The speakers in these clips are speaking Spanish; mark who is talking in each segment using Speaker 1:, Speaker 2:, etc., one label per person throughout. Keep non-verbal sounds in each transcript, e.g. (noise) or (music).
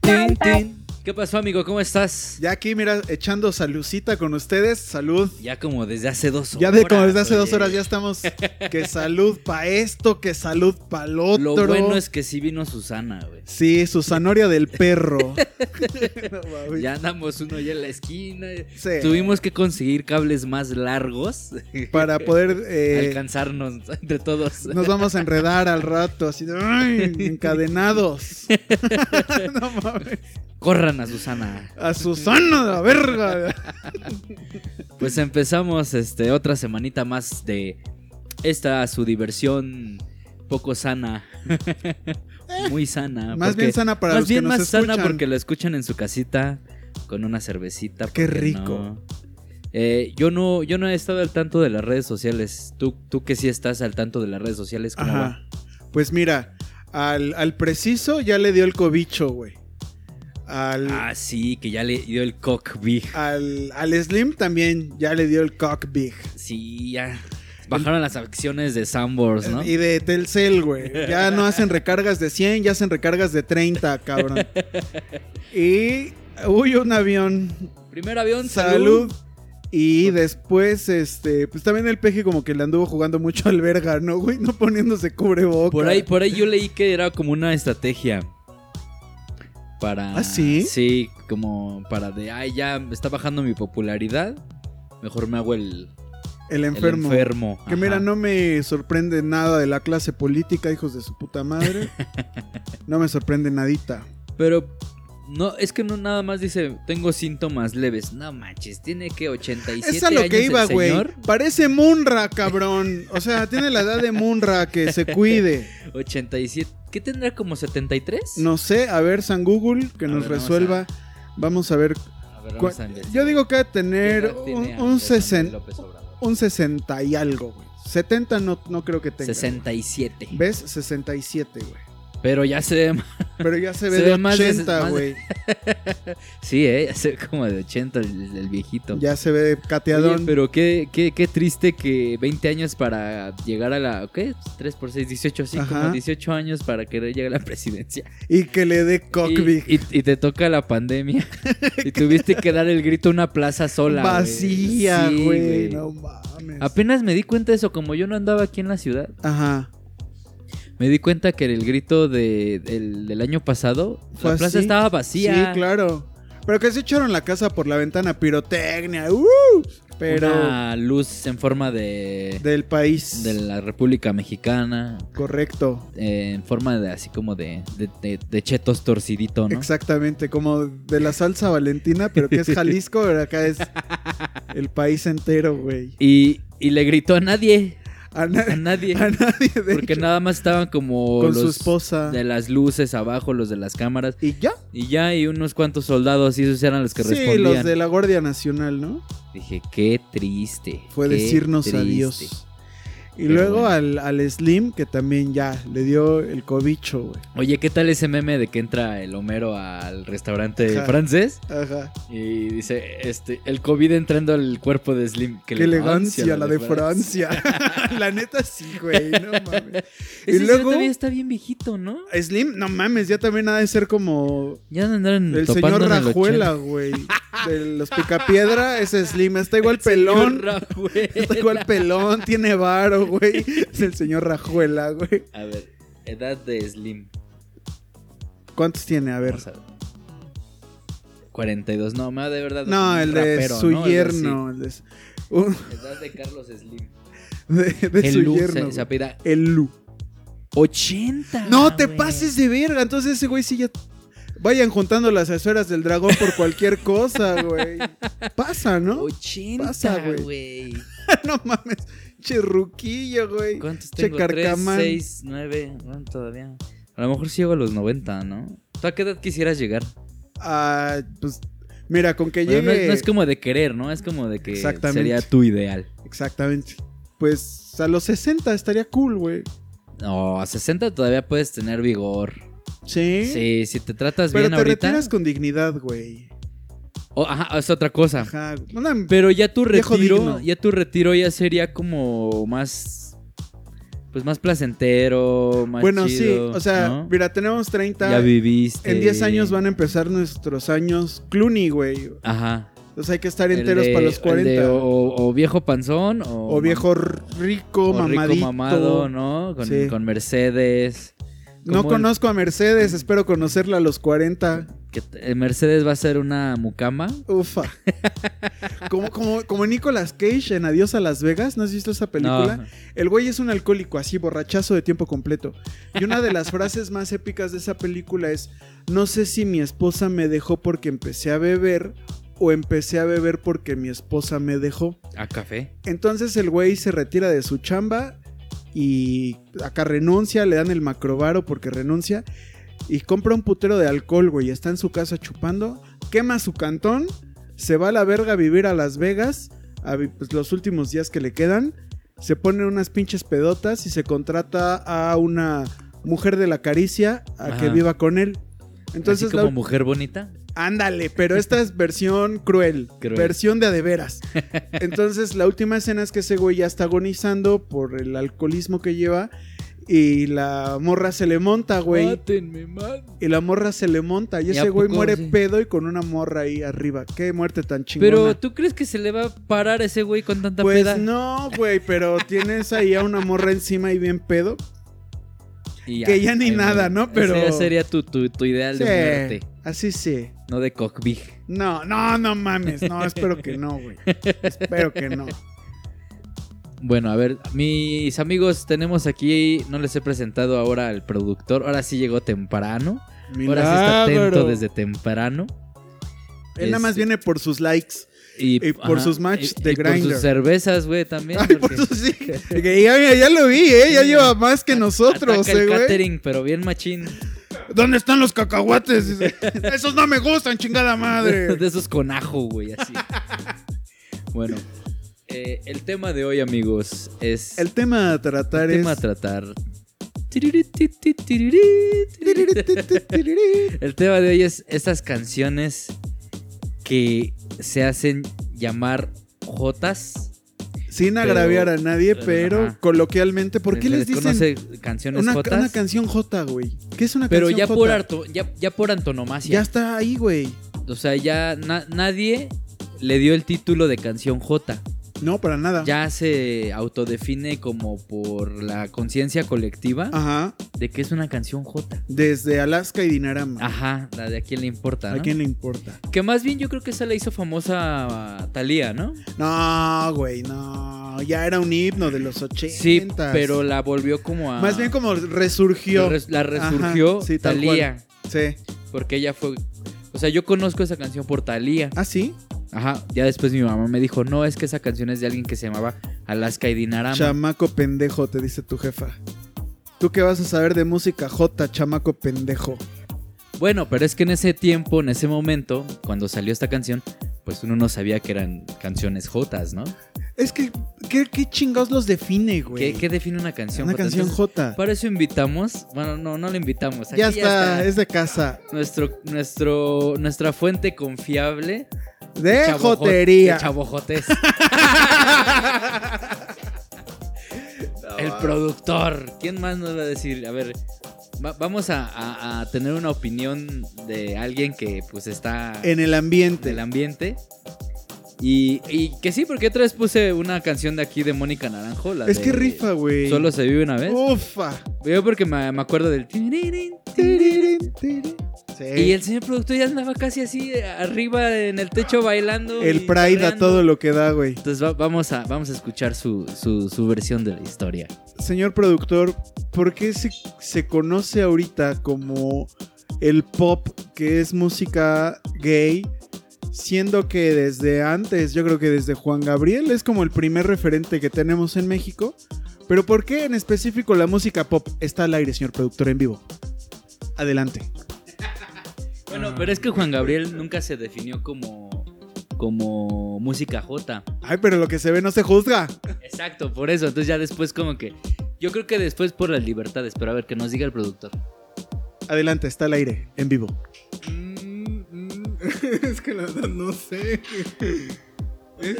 Speaker 1: Tin, tin. ¿Qué pasó, amigo? ¿Cómo estás?
Speaker 2: Ya aquí, mira, echando salucita con ustedes. Salud.
Speaker 1: Ya como desde hace dos horas.
Speaker 2: Ya de como desde hace dos
Speaker 1: oye.
Speaker 2: horas ya estamos. Que salud pa' esto, que salud pa' lo otro.
Speaker 1: Lo bueno es que sí vino Susana, güey.
Speaker 2: Sí, su zanoria
Speaker 1: (laughs)
Speaker 2: del perro. No, mames.
Speaker 1: Ya andamos uno ya en la esquina.
Speaker 2: Sí,
Speaker 1: Tuvimos que conseguir cables más largos.
Speaker 2: para poder... eh,
Speaker 1: Alcanzarnos entre todos.
Speaker 2: nos vamos a enredar al rato, así de... ¡ay!
Speaker 1: (laughs)
Speaker 2: encadenados. (laughs) no mames.
Speaker 1: Corran a Susana.
Speaker 2: A Susana, la verga.
Speaker 1: Pues empezamos este, otra semanita más de esta su diversión poco sana. (laughs) Muy sana.
Speaker 2: Más
Speaker 1: Ah, porque-
Speaker 2: bien sana para
Speaker 1: más
Speaker 2: los
Speaker 1: bien
Speaker 2: que
Speaker 1: más
Speaker 2: nos escuchan.
Speaker 1: sana porque la escuchan en su casita con una cervecita.
Speaker 2: Qué
Speaker 1: ¿por
Speaker 2: rico.
Speaker 1: no? Eh, yo no, yo no he estado al tanto de las redes sociales. Tú, tú que sí estás al tanto de las redes sociales, ¿cómo
Speaker 2: Ajá. Pues mira, al, al preciso ya le dio el cobicho, güey. Al,
Speaker 1: va? Ah, sí, que ya le dio el cock big.
Speaker 2: al, al Slim también ya le dio el cock big.
Speaker 1: Sí, ya. Bajaron las acciones de Sambors, ¿no?
Speaker 2: Eh, Y de Telcel, güey. Ya no hacen recargas de 100, ya hacen recargas de 30,
Speaker 1: (laughs)
Speaker 2: cabrón. Y. Uy, un avión.
Speaker 1: Primer avión, salud.
Speaker 2: Salud. Y después, este. Pues también el peje como que le anduvo jugando mucho al verga, ¿no, güey? No poniéndose cubrebocas.
Speaker 1: Por ahí, por ahí yo leí que era como una estrategia para.
Speaker 2: ¿Ah, sí?
Speaker 1: Sí, como para de, ay, ya está bajando mi popularidad. Mejor me hago el,
Speaker 2: El
Speaker 1: el
Speaker 2: enfermo.
Speaker 1: enfermo.
Speaker 2: Que mira,
Speaker 1: Ajá.
Speaker 2: no me sorprende nada de la clase política, hijos de su puta madre. No me sorprende nadita.
Speaker 1: Pero no, es que no nada más dice, tengo síntomas leves. No manches, tiene que 87
Speaker 2: Es a lo
Speaker 1: años
Speaker 2: que iba,
Speaker 1: el
Speaker 2: güey.
Speaker 1: señor.
Speaker 2: Parece Munra, cabrón. O sea, tiene la edad de Munra,
Speaker 1: (laughs)
Speaker 2: que se cuide.
Speaker 1: 87. ¿Qué tendrá como 73?
Speaker 2: No sé, a ver, San Google, que
Speaker 1: A
Speaker 2: nos
Speaker 1: ver, vamos
Speaker 2: resuelva. Vamos a ver.
Speaker 1: A ver, vamos a
Speaker 2: cua-
Speaker 1: investigar.
Speaker 2: Yo digo que va a tener
Speaker 1: ¿Qué edad
Speaker 2: un,
Speaker 1: tiene
Speaker 2: un,
Speaker 1: Andrés Manuel
Speaker 2: sesen-
Speaker 1: López Obrador?
Speaker 2: un 60 y algo, güey. 70 no, no creo que tenga.
Speaker 1: 67.
Speaker 2: güey. ¿Ves? 67, güey.
Speaker 1: Pero ya se ve más. (laughs)
Speaker 2: Pero ya se ve
Speaker 1: Se
Speaker 2: de
Speaker 1: ve más de-
Speaker 2: 80,
Speaker 1: más de-
Speaker 2: güey.
Speaker 1: (laughs) Sí, eh, ya se ve como de 80 el, el viejito.
Speaker 2: Ya se ve
Speaker 1: Oye,
Speaker 2: cateadón.
Speaker 1: pero qué, qué, qué triste que 20 años para llegar a la. ¿Qué? 3 por 6, 18, sí,
Speaker 2: Ajá.
Speaker 1: como 18 años para querer llegar a la presidencia.
Speaker 2: Y que le dé
Speaker 1: Y,
Speaker 2: cockpit.
Speaker 1: y- y te toca la
Speaker 2: (laughs)
Speaker 1: pandemia. y tuviste que dar el grito a una plaza sola. güey.
Speaker 2: Vacía,
Speaker 1: Sí,
Speaker 2: güey. No mames.
Speaker 1: Apenas me di cuenta de eso, como yo no andaba aquí en la ciudad,
Speaker 2: Ajá.
Speaker 1: me di cuenta que el grito de, del, del año pasado,
Speaker 2: Fue
Speaker 1: la plaza
Speaker 2: así.
Speaker 1: estaba
Speaker 2: Sí,
Speaker 1: vacía.
Speaker 2: claro. Pero que se echaron la casa por la ventana, pirotecnia. ¡uh! Pero
Speaker 1: Una luz en forma de,
Speaker 2: del país.
Speaker 1: de la República Mexicana,
Speaker 2: Correcto.
Speaker 1: eh, en forma de así como de, de, de- de chetos torcidito, ¿no?
Speaker 2: Exactamente, como de la salsa valentina, pero que es
Speaker 1: (laughs)
Speaker 2: Jalisco, pero acá es el país entero, güey.
Speaker 1: Y, y le gritó a nadie,
Speaker 2: A,
Speaker 1: a
Speaker 2: na-
Speaker 1: nadie,
Speaker 2: (laughs) a nadie de
Speaker 1: porque
Speaker 2: hecho,
Speaker 1: nada más estaban como
Speaker 2: con su
Speaker 1: los
Speaker 2: esposa.
Speaker 1: de las luces abajo, los de las cámaras,
Speaker 2: ¿Y ya?
Speaker 1: y ya, y unos cuantos soldados, y esos eran los que
Speaker 2: Sí,
Speaker 1: respondían.
Speaker 2: los de la Guardia Nacional, ¿no?
Speaker 1: Dije, qué triste.
Speaker 2: Fue
Speaker 1: qué
Speaker 2: decirnos
Speaker 1: triste".
Speaker 2: adiós. Y
Speaker 1: Pero
Speaker 2: luego
Speaker 1: bueno.
Speaker 2: al, al Slim, que también ya le dio el cobicho, güey.
Speaker 1: Oye, ¿qué tal ese meme de que entra el Homero al restaurante
Speaker 2: Ajá.
Speaker 1: francés?
Speaker 2: Ajá.
Speaker 1: Y dice, este, el COVID entrando al cuerpo de Slim.
Speaker 2: Qué, elegancia la de Francia.
Speaker 1: (laughs)
Speaker 2: (laughs) la neta sí, güey. No mames.
Speaker 1: Ese
Speaker 2: Y
Speaker 1: señor
Speaker 2: luego-
Speaker 1: todavía está bien viejito, ¿no?
Speaker 2: Slim, no mames, ya también ha de ser como
Speaker 1: Ya andaron
Speaker 2: el
Speaker 1: topando
Speaker 2: señor
Speaker 1: Mm, en el (laughs)
Speaker 2: Rajuela, güey. De los Picapiedra es Slim. Está igual
Speaker 1: 80. Señor
Speaker 2: pelón. Está (laughs)
Speaker 1: Rajuela.
Speaker 2: igual pelón. Tiene varo, güey. Es el señor Rajuela, güey.
Speaker 1: A ver, edad de Slim.
Speaker 2: ¿Cuántos tiene? A ver.
Speaker 1: Vamos a ver. 42, no, más de verdad.
Speaker 2: No,
Speaker 1: un
Speaker 2: el de
Speaker 1: rapero, ¿no?
Speaker 2: su
Speaker 1: Algo así.
Speaker 2: yerno. el de su- (laughs) un-
Speaker 1: Edad de Carlos Slim.
Speaker 2: de, de
Speaker 1: el
Speaker 2: su
Speaker 1: Lu,
Speaker 2: yerno.
Speaker 1: se, se
Speaker 2: güey.
Speaker 1: apellida
Speaker 2: El Lu.
Speaker 1: 80.
Speaker 2: No te
Speaker 1: Ah, güey.
Speaker 2: pases de verga. Entonces ese güey sí ya. Vayan juntando las esferas del dragón por cualquier cosa, güey. Pasa, ¿no?
Speaker 1: 80,
Speaker 2: Pasa, güey.
Speaker 1: güey.
Speaker 2: (laughs) no mames. Cherruquillo, güey.
Speaker 1: ¿Cuántos
Speaker 2: Che,
Speaker 1: tengo? 3,
Speaker 2: carcamán.
Speaker 1: 6, 9, todavía? A lo mejor sí llego a los 90, ¿no? ¿Tú a qué edad quisieras llegar?
Speaker 2: Ah, pues. Mira, con que
Speaker 1: Bueno, no,
Speaker 2: llegue.
Speaker 1: es, no es como de querer, ¿no? Es como de que
Speaker 2: Exactamente.
Speaker 1: sería tu ideal.
Speaker 2: Exactamente. Pues a los 60 estaría cool, güey.
Speaker 1: No, a 60 todavía puedes tener vigor.
Speaker 2: Sí.
Speaker 1: Sí, si te tratas
Speaker 2: ¿Eh? Pero
Speaker 1: bien
Speaker 2: te
Speaker 1: ahorita.
Speaker 2: retiras con dignidad, güey.
Speaker 1: Oh, ajá, es otra cosa.
Speaker 2: Ajá. Una-
Speaker 1: Pero ya tu
Speaker 2: Viejo
Speaker 1: retiro,
Speaker 2: digno.
Speaker 1: ya tu retiro ya sería como más pues más placentero, más
Speaker 2: bueno,
Speaker 1: chido,
Speaker 2: sí, o sea,
Speaker 1: ¿no?
Speaker 2: mira, tenemos 30.
Speaker 1: ya viviste.
Speaker 2: En 10 años van a empezar nuestros años Clooney, güey.
Speaker 1: Ajá.
Speaker 2: Entonces hay que estar
Speaker 1: El
Speaker 2: enteros
Speaker 1: de-
Speaker 2: para los
Speaker 1: el
Speaker 2: 40.
Speaker 1: de o, o viejo panzón o,
Speaker 2: o viejo rico,
Speaker 1: o rico
Speaker 2: mamadito.
Speaker 1: mamado, ¿no? Con,
Speaker 2: Sí.
Speaker 1: con Mercedes. Como
Speaker 2: No
Speaker 1: el-
Speaker 2: conozco a
Speaker 1: Mm.
Speaker 2: Mercedes, espero conocerla a los 40.
Speaker 1: que t- eh, Mercedes va a ser una mucama. (laughs)
Speaker 2: Ufa. como, como, como Nicolas Cage en Adiós a Las Vegas, ¿no has visto esa película?
Speaker 1: No.
Speaker 2: El güey es un alcohólico, así, borrachazo de tiempo completo. Y una de las (laughs) frases más épicas de esa película es, no sé si mi esposa me dejó porque empecé a beber o empecé a beber porque mi esposa me dejó.
Speaker 1: A café.
Speaker 2: Entonces el güey se retira de su chamba y acá renuncia, le dan el macrovaro porque renuncia y compra un putero de alcohol, güey, está en su casa chupando, quema su cantón, se va a la verga a vivir a Las Vegas, a vi- pues, los últimos días que le quedan, se pone unas pinches pedotas y se contrata a una mujer de la caricia a que
Speaker 1: Ajá.
Speaker 2: viva con él. Entonces,
Speaker 1: Así como
Speaker 2: la-
Speaker 1: mujer bonita.
Speaker 2: Ándale, pero esta es versión cruel,
Speaker 1: Cruel.
Speaker 2: versión de a de
Speaker 1: (laughs)
Speaker 2: veras. Entonces, la última escena es que ese güey ya está agonizando por el alcoholismo que lleva y la morra se le monta, güey.
Speaker 1: Mátenme, man.
Speaker 2: Y la morra se le monta
Speaker 1: ¿Y
Speaker 2: y
Speaker 1: a
Speaker 2: ese güey
Speaker 1: poco?
Speaker 2: muere
Speaker 1: Sí.
Speaker 2: pedo y con una morra ahí arriba. Qué muerte tan chingona.
Speaker 1: Pero ¿tú crees que se le va a parar a ese güey con tanta
Speaker 2: pues
Speaker 1: peda?
Speaker 2: no, güey, pero tienes ahí a una morra encima y bien pedo.
Speaker 1: Y
Speaker 2: que ya ni
Speaker 1: ahí
Speaker 2: nada,
Speaker 1: muere.
Speaker 2: ¿no? Pero-
Speaker 1: Ese ya sería tu, tu, tu ideal
Speaker 2: Sí,
Speaker 1: de muerte,
Speaker 2: así sí.
Speaker 1: no de cockbig.
Speaker 2: No, no, no mames. No, espero que no,
Speaker 1: (laughs)
Speaker 2: güey. Espero que no.
Speaker 1: Bueno, a ver, mis amigos, tenemos aquí, no les he presentado ahora al productor, ahora sí llegó temprano, ahora sí está atento
Speaker 2: Milagro.
Speaker 1: desde temprano.
Speaker 2: Él nada más
Speaker 1: Este-
Speaker 2: viene por sus likes.
Speaker 1: Y,
Speaker 2: Y por sus match de
Speaker 1: y Por
Speaker 2: Grindr.
Speaker 1: sus cervezas, güey, también.
Speaker 2: (laughs) Ay, por
Speaker 1: porque
Speaker 2: sus- sí. Que ya, ya- ya lo vi, ¿eh? Ya lleva más que nosotros,
Speaker 1: ataca
Speaker 2: eh,
Speaker 1: el
Speaker 2: güey.
Speaker 1: catering, pero bien machín.
Speaker 2: ¿Dónde están los cacahuates? Dice, (laughs) Esos no me gustan, chingada madre.
Speaker 1: (laughs) De esos con ajo, güey, así. bueno, eh, el tema de hoy, amigos, es
Speaker 2: El tema a tratar
Speaker 1: el
Speaker 2: es...
Speaker 1: tema a tratar. El tema de hoy es estas canciones que se hacen llamar jotas.
Speaker 2: (laughs) Sin agraviar a nadie,
Speaker 1: pero-
Speaker 2: pero
Speaker 1: ajá.
Speaker 2: coloquialmente, ¿por qué
Speaker 1: Se
Speaker 2: les dicen
Speaker 1: conoce canciones
Speaker 2: una,
Speaker 1: jotas?
Speaker 2: una canción J, güey? ¿Qué es una
Speaker 1: pero
Speaker 2: canción
Speaker 1: ya
Speaker 2: J?
Speaker 1: por, arto- ya, ya por antonomasia.
Speaker 2: Ya está ahí, güey.
Speaker 1: O sea, ya na- nadie le dio el título de canción J.
Speaker 2: No, para nada.
Speaker 1: Ya se autodefine como por la conciencia colectiva
Speaker 2: Ajá.
Speaker 1: de que es una canción J.
Speaker 2: Desde Alaska y Dinarama.
Speaker 1: Ajá, la de a quién le importa.
Speaker 2: Ah. ¿A
Speaker 1: ¿no?
Speaker 2: quién le importa?
Speaker 1: Que más bien yo creo que esa la hizo famosa Talía, ¿no?
Speaker 2: No, güey, no. Ya era un himno de los 80.
Speaker 1: Sí, pero la volvió como a.
Speaker 2: Más bien como resurgió.
Speaker 1: La, res- la resurgió
Speaker 2: Ajá, sí, tal
Speaker 1: Talía.
Speaker 2: Sí.
Speaker 1: Porque ella fue. O sea, yo conozco esa canción por Talía.
Speaker 2: ¿Ah, sí?
Speaker 1: Ajá. Ya después mi mamá me dijo, no, es que esa canción es de alguien que se llamaba Alaska y Dinarama.
Speaker 2: Chamaco pendejo, te dice tu jefa. ¿Tú qué vas a saber de música J, chamaco pendejo?
Speaker 1: Bueno, pero es que en ese tiempo, en ese momento, cuando salió esta canción, pues uno no sabía que eran canciones jotas, ¿no?
Speaker 2: Es que, ¿qué, qué chingados los define, güey?
Speaker 1: ¿Qué, qué define una canción
Speaker 2: Una
Speaker 1: jota?
Speaker 2: canción
Speaker 1: Entonces,
Speaker 2: J.
Speaker 1: Para eso invitamos, bueno, no, no le invitamos. Aquí
Speaker 2: Ya está, es de casa.
Speaker 1: Nuestro, nuestro, nuestra fuente confiable.
Speaker 2: De
Speaker 1: chavo-
Speaker 2: jotería.
Speaker 1: de
Speaker 2: (laughs)
Speaker 1: chavojotes. El productor. ¿Quién más nos va a decir? A ver, va- vamos a, a- a tener una opinión de alguien que pues está
Speaker 2: En el ambiente.
Speaker 1: del ambiente. Y, y que sí, porque otra vez puse una canción de aquí de Mónica Naranjo. la
Speaker 2: es
Speaker 1: de
Speaker 2: que rifa, güey.
Speaker 1: Solo se vive una vez.
Speaker 2: Ufa.
Speaker 1: Yo porque me, me acuerdo del... tirirín, tirirín.
Speaker 2: Tirirín, tirirín. Sí.
Speaker 1: Y el señor productor ya andaba casi así arriba en el techo bailando.
Speaker 2: El Pride a todo lo que da, güey.
Speaker 1: Entonces va- vamos, a, vamos a escuchar su, su, su versión de la historia.
Speaker 2: Señor productor, ¿por qué se, se conoce ahorita como el pop que es música gay? Siendo que desde antes, yo creo que desde Juan Gabriel es como el primer referente que tenemos en México. Pero ¿por qué en específico la música pop está al aire, señor productor, en vivo? Adelante. Ah.
Speaker 1: Bueno, pero es que Juan Gabriel nunca se definió como, como música J.
Speaker 2: Ay, pero lo que se ve no se juzga.
Speaker 1: Exacto, por eso. Entonces ya después como que... Yo creo que después por las libertades, pero a ver, que nos diga el productor.
Speaker 2: Adelante, está al aire, en vivo.
Speaker 3: Mm, mm, (laughs) es que la verdad no sé. Es,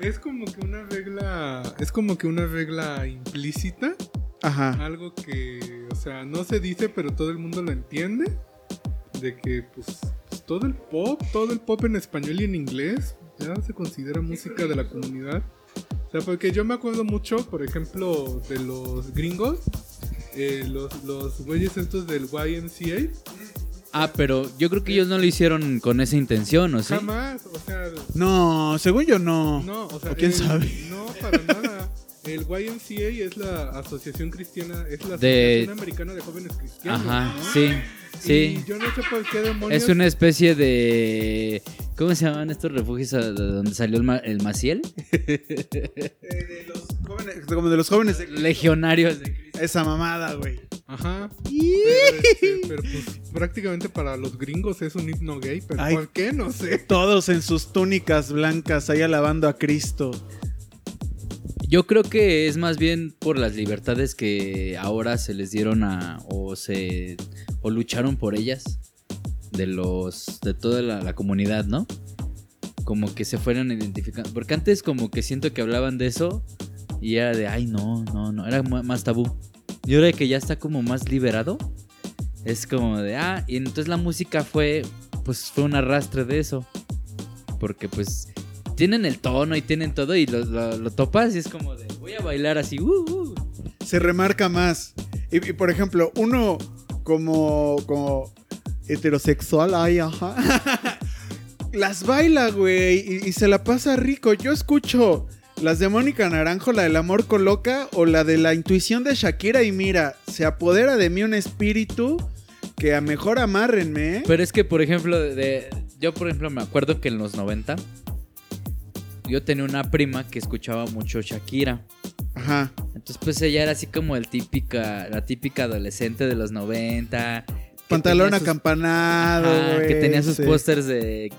Speaker 3: es como que una regla. Es como que una regla implícita
Speaker 2: Ajá.
Speaker 3: algo que, o sea, no se dice, pero todo el mundo lo entiende. De que, pues, pues, todo el pop, todo el pop en español y en inglés, ya se considera música de la comunidad. O sea, porque yo me acuerdo mucho, por ejemplo, de los gringos, eh, los, los güeyes estos del YMCA.
Speaker 1: Ah, pero yo creo que ellos no lo hicieron con esa intención, ¿o sí?
Speaker 3: Jamás, o sea,
Speaker 2: No, según yo no.
Speaker 3: no, o sea.
Speaker 2: ¿O quién
Speaker 3: el-
Speaker 2: sabe?
Speaker 3: No, para nada. El YMCA es la asociación cristiana, es la
Speaker 1: De-
Speaker 3: asociación americana de jóvenes cristianos.
Speaker 1: Ajá,
Speaker 3: ¿no?
Speaker 1: sí, sí.
Speaker 3: Y yo no sé por qué demonios.
Speaker 1: Es una especie de... ¿Cómo se llaman estos refugios a- de donde salió el, ma- el Maciel?
Speaker 2: Eh, de los jóvenes- como de los jóvenes. de-
Speaker 1: Legionarios de Cristo.
Speaker 2: Esa mamada, güey.
Speaker 3: Ajá. Pero, este, pero, pues, prácticamente para los gringos es un himno gay, pero
Speaker 2: Ay.
Speaker 3: ¿por qué? No sé.
Speaker 2: Todos en sus túnicas blancas ahí alabando a Cristo.
Speaker 1: Yo creo que es más bien por las libertades que ahora se les dieron a o se o lucharon por ellas de los de toda la, la comunidad, ¿no? Como que se fueron identificando, porque antes como que siento que hablaban de eso y era de ay no, no, no, era mu- más tabú. Y ahora que ya está como más liberado, es como de ah, y entonces la música fue pues fue un arrastre de eso. Porque pues tienen el tono y tienen todo y lo, lo- lo topas y es como de voy a bailar así. uh, uh.
Speaker 2: se remarca más. Y, y, por ejemplo, uno como, como heterosexual, ay, ajá. (laughs) Las baila, güey, y, y se la pasa rico. Yo escucho las de Mónica Naranjo, la del amor coloca, o la de la intuición de Shakira y mira, se apodera de mí un espíritu que a mejor amárrenme. ¿eh?
Speaker 1: Pero es que, por ejemplo, de, de- yo, por ejemplo, me acuerdo que en los 90 yo tenía una prima que escuchaba mucho Shakira.
Speaker 2: Ajá.
Speaker 1: Entonces, pues ella era así como el típica, la típica adolescente de los 90. que
Speaker 2: Pantalón
Speaker 1: tenía sus-
Speaker 2: acampanado,
Speaker 1: Ajá, que
Speaker 2: güey,
Speaker 1: tenía sus
Speaker 2: sí.
Speaker 1: pósters de,